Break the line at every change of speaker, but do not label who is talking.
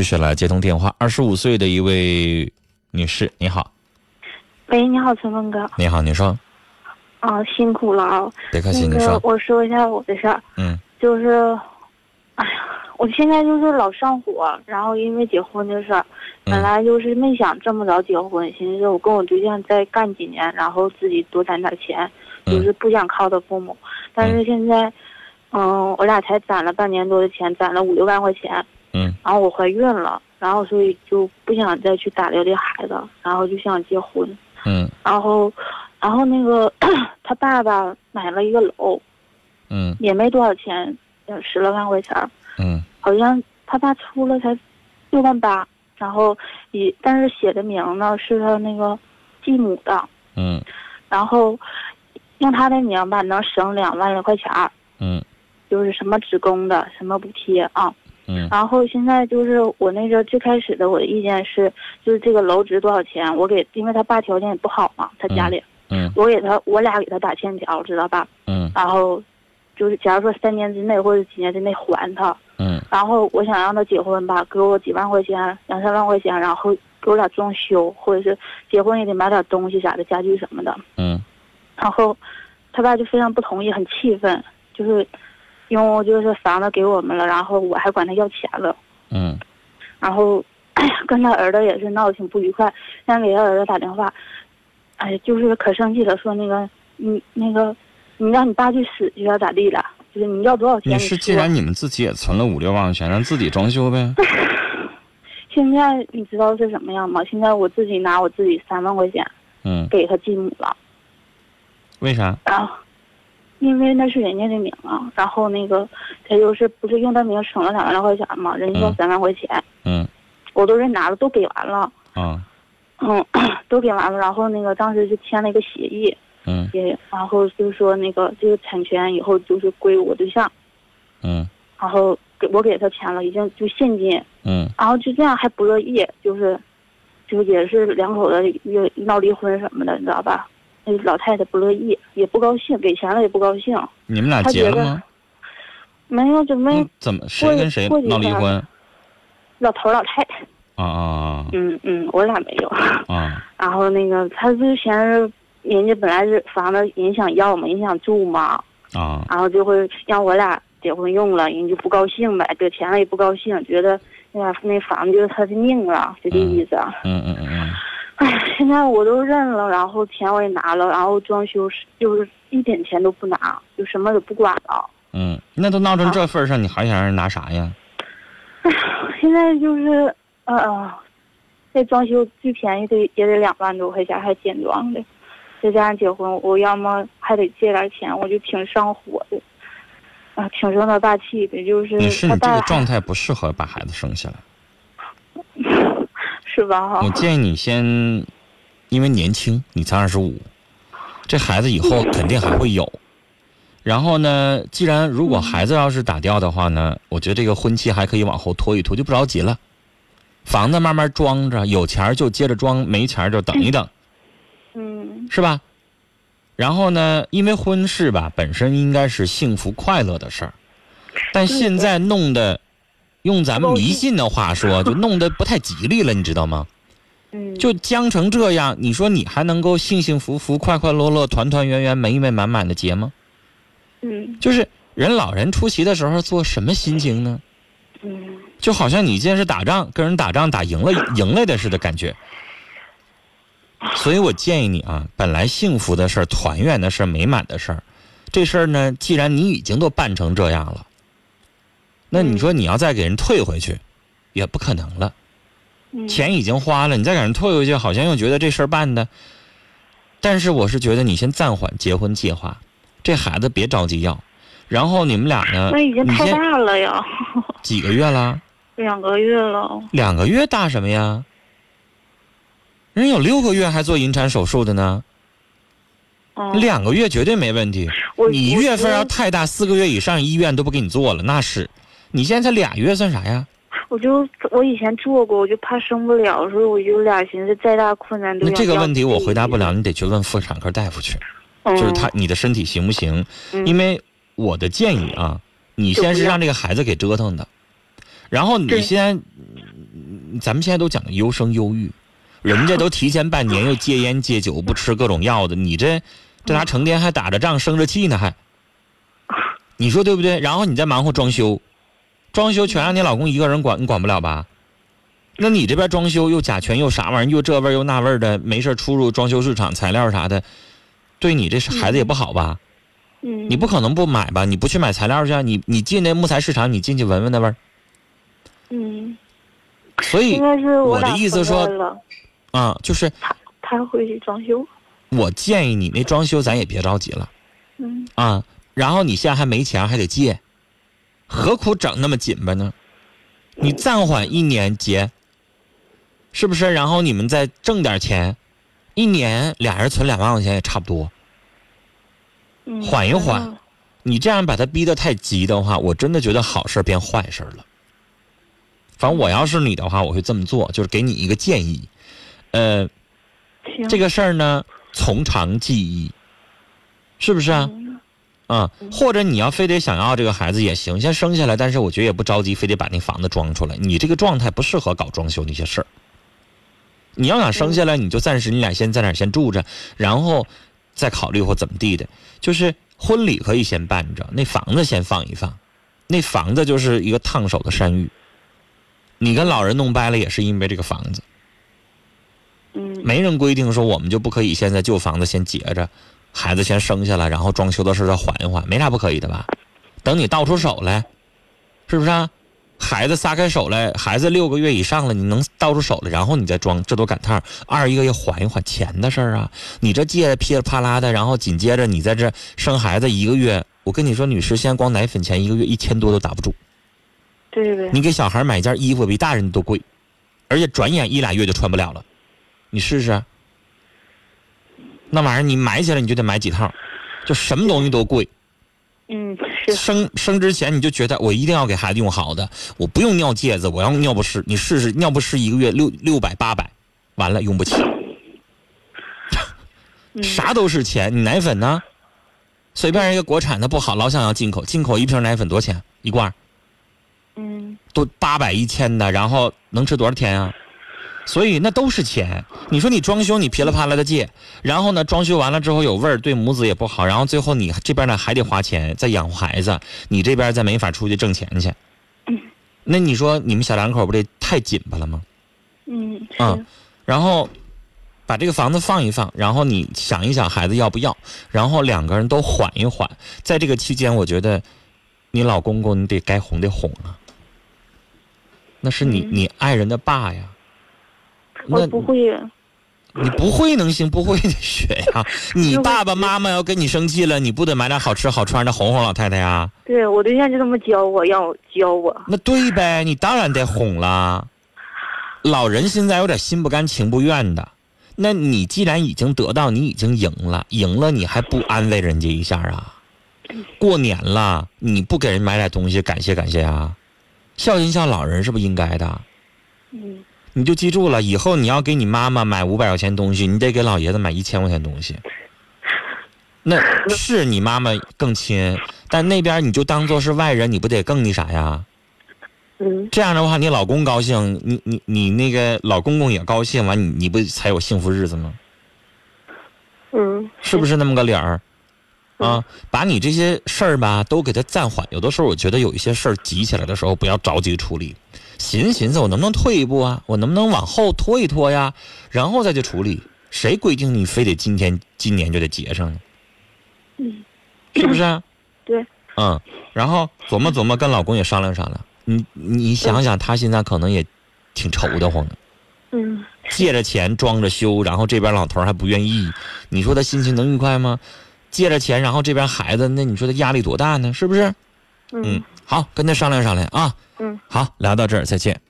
继续来接通电话，二十五岁的一位女士，你好，
喂，你好，陈峰哥，
你好，你说，
啊，辛苦了啊。
别客气，
那
你
个
说，，
我说一下我的事儿，
嗯
就是，哎呀，我现在就是老上火，然后因为结婚的事儿，本
嗯
来就是没想这么早结婚，寻思我跟我对象再干几年，然后自己多攒点钱，
嗯
就是不想靠他父母。但是现在，嗯，我俩才攒了半年多的钱，攒了五六万块钱，
嗯
然后我怀孕了，然后所以就不想再去打掉这孩子，然后就想结婚。
嗯
然后，然后那个 他爸爸买了一个楼，
嗯
也没多少钱，呃，十来万块钱儿，
嗯
好像他爸出了才六万八，然后也但是写的名呢是他那个继母的，
嗯
然后用他的名吧能省两万来块钱儿，
嗯
就是什么职工的什么补贴啊。
嗯
然后现在就是我那个最开始的我的意见是，就是这个楼值多少钱，我给，因为他爸条件也不好嘛，他家里。
嗯
我给他，我俩给他打欠条，知道吧？
嗯
然后，就是假如说三年之内或者几年之内还他，
嗯
然后我想让他结婚吧，给我几万块钱，两三万块钱，然后给我俩装修，或者是结婚也得买点东西啥的，家具什么的。
嗯
然后，他爸就非常不同意，很气愤，就是因为就是房子给我们了，然后我还管他要钱了，
嗯
然后哎跟他儿子也是闹得挺不愉快，现在给他儿子打电话，哎，就是可生气了，说那个你那个你让你爸去死去啊，咋地了？就是你要多少钱？
女
你
士，
说
既然你们自己也存了五六万块钱，让自己装修呗。
现在你知道是什么样吗？现在我自己拿我自己三万块钱
嗯，
给他继母了，
为啥？
然后。因为那是人家的名啊，然后那个他就是不是用他名省了两万来块钱嘛，人家要
嗯
三万块钱，
嗯
我都人拿了，都给完了，
啊
嗯， 都给完了，然后那个当时就签了一个协议，
嗯
也然后就说那个这个产权以后就是归我对象，
嗯
然后给我给他钱了，已经就现金，
嗯
然后就这样还不乐意，就是就也是两口子也闹离婚什么的，你知道吧？那老太太不乐意，也不高兴，给钱了也不高兴，
你们俩结了吗？
没有就没、
嗯，怎么谁跟谁闹离婚？
老头老太太，
啊啊
嗯嗯，我俩没有。
啊 啊！
然后那个他之前是人家本来是房子人想要嘛，人想住嘛，
啊！
然后就会让我俩结婚用了，人就不高兴呗，给钱了也不高兴，觉得那俩那房子就是他的命了，就这意思。
嗯嗯嗯
哎、现在我都认了，然后钱我也拿了，然后装修是就是一点钱都不拿，就什么都不管了。
嗯嗯，那都闹成这份儿上，你还想让人拿啥呀？
现在就是呃，这装修最便宜的也得两万多块钱，还简装的，再加上结婚，我要么还得借点钱，我就挺上火的。啊，挺生他爸气嗯的，就是
女士，
他
你这
爸
个状态不适合把孩子生下来。
是吧？哈，
我建议你先，因为年轻，你才二十五，这孩子以后肯定还会有。然后呢，既然如果孩子要是打掉的话呢，我觉得这个婚期还可以往后拖一拖，就不着急了。房子慢慢装着，有钱儿就接着装，没钱儿就等一等，
嗯
是吧？然后呢，因为婚事吧本身应该是幸福快乐的事儿，但现在弄的，用咱们迷信的话说，就弄得不太吉利了，你知道吗？
嗯，
就僵成这样，你说你还能够幸幸福福、快快乐乐、团团圆圆、美美满满的结吗？
嗯
就是人老人出席的时候做什么心情呢？
嗯
就好像你今天是打仗，跟人打仗打赢了赢了的似的感觉。所以我建议你啊，本来幸福的事儿、团圆的事儿、美满的事儿，这事儿呢，既然你已经都办成这样了，那你说你要再给人退回去，也不可能了。
嗯，
钱已经花了，你再给人退回去，好像又觉得这事儿办的。但是我是觉得你先暂缓结婚计划，这孩子别着急要。然后你们俩呢？
那已经
你
太
先
大了呀，
几个月了？
两个月了。
两个月大什么呀？人有六个月还做引产手术的呢，
嗯，
两个月绝对没问题。
我
你
我
月份啊要
就
太大，四个月以上医院都不给你做了，那是。你现在才俩月算啥呀？
我就我以前做过，我就怕生不了，所以我就俩寻思再大困难都
那
要
这个
要
问题
自
我
己
回答不了，你得去问妇产科大夫去。
嗯、
就是他你的身体行不行？
嗯
因为我的建议啊，你
就不
先是
要
让这个孩子给折腾的，然后你
对
先咱们现在都讲究优生优育，人家都提前半年又戒烟戒酒，不吃各种药的，你这这他成天还打着仗生着气呢还，你说对不对？然后你再忙活装修，装修全让你老公一个人管，你管不了吧？那你这边装修又甲醛又啥玩意儿，又这味儿又那味儿的，没事儿出入装修市场材料啥的，对你这孩子也不好吧？
嗯，
你不可能不买吧？你不去买材料去啊？你你进那木材市场，你进去闻闻那味儿。
嗯，
所以
应该是
我的
俩
意思
分
说
开了，
啊、就是
他回去装修，
我建议你那装修咱也别着急了
嗯
啊、然后你现在还没钱，还得借，何苦整那么紧巴呢？你暂缓一年结，是不是？然后你们再挣点钱，一年俩人存两万块钱也差不多。
嗯，
缓一缓
嗯
你这样把他逼得太急的话，我真的觉得好事变坏事了。反正我要是你的话，我会这么做，就是给你一个建议。呃，
行，
这个事儿呢，从长计议，是不是啊？
嗯
啊、或者你要非得想要这个孩子也行，先生下来，但是我觉得也不着急，非得把那房子装出来。你这个状态不适合搞装修那些事儿。你要想生下来，你就暂时你俩先在哪儿先住着，然后再考虑或怎么地的。就是婚礼可以先办着，那房子先放一放。那房子就是一个烫手的山芋，你跟老人弄掰了也是因为这个房子。
嗯，
没人规定说我们就不可以现在旧房子先结着，孩子先生下来，然后装修的事儿再缓一缓，没啥不可以的吧？等你到出手来，是不是、啊？孩子撒开手来，孩子六个月以上了，你能到出手来，然后你再装，这都赶趟儿。二一个要缓一缓钱的事儿啊，你这借噼里啪啦的，然后紧接着你在这生孩子一个月，我跟你说，女士现在光奶粉钱一个月一千多都打不住，
对呗，
你给小孩买件衣服比大人都贵，而且转眼一俩月就穿不了了，你试试。那玩意儿你买起来你就得买几套，就什么东西都贵。
嗯是，
生生之前你就觉得我一定要给孩子用好的，我不用尿介子，我要用尿不湿。你试试尿不湿一个月六六百八百，完了用不起，
嗯
啥都是钱。你奶粉呢？随便一个国产的不好，老想要进口，进口一瓶奶粉多少钱？一罐儿？
嗯
都八百一千的，然后能吃多少天啊？所以那都是钱。你说你装修，你噼里啪啦的借，然后呢，装修完了之后有味儿，对母子也不好。然后最后你这边呢还得花钱，再养活孩子，你这边再没法出去挣钱去。那你说你们小两口不得太紧巴了吗？
嗯是
嗯然后把这个房子放一放，然后你想一想孩子要不要，然后两个人都缓一缓。在这个期间，我觉得你老公公你得该哄得哄啊，那是你
嗯
你爱人的爸呀。那
我不会，
你不会能行，不会得学呀、你爸爸妈妈要跟你生气了，你不得买点好吃好穿的哄哄老太太呀？
对我对象就这么教我，让我教我，
那对呗，你当然得哄啦。老人现在有点心不甘情不愿的，那你既然已经得到，你已经赢了，赢了你还不安慰人家一下啊？过年了，你不给人买点东西感谢感谢啊？孝敬孝老人是不是应该的？
嗯
你就记住了，以后你要给你妈妈买五百块钱东西，你得给老爷子买一千块钱东西。那是你妈妈更亲，但那边你就当做是外人，你不得更那啥呀？
嗯
这样的话，你老公高兴，你你你那个老公公也高兴，完你你不才有幸福日子吗？
嗯
是不是那么个理儿？啊，把你这些事儿吧都给它暂缓。有的时候我觉得有一些事儿急起来的时候，不要着急处理，寻思寻思我能不能退一步啊，我能不能往后拖一拖呀，然后再去处理。谁规定你非得今天今年就得结上呢？
嗯
是不是啊？
对，
嗯，然后琢磨琢磨，跟老公也商量商量。你你想想，他现在可能也挺愁得慌的。
嗯
借着钱装着修，然后这边老头儿还不愿意，你说他心情能愉快吗？借着钱，然后这边孩子，那你说他压力多大呢？是不是？
嗯，
好，跟他商量商量啊。
嗯，
好，聊到这儿，再见。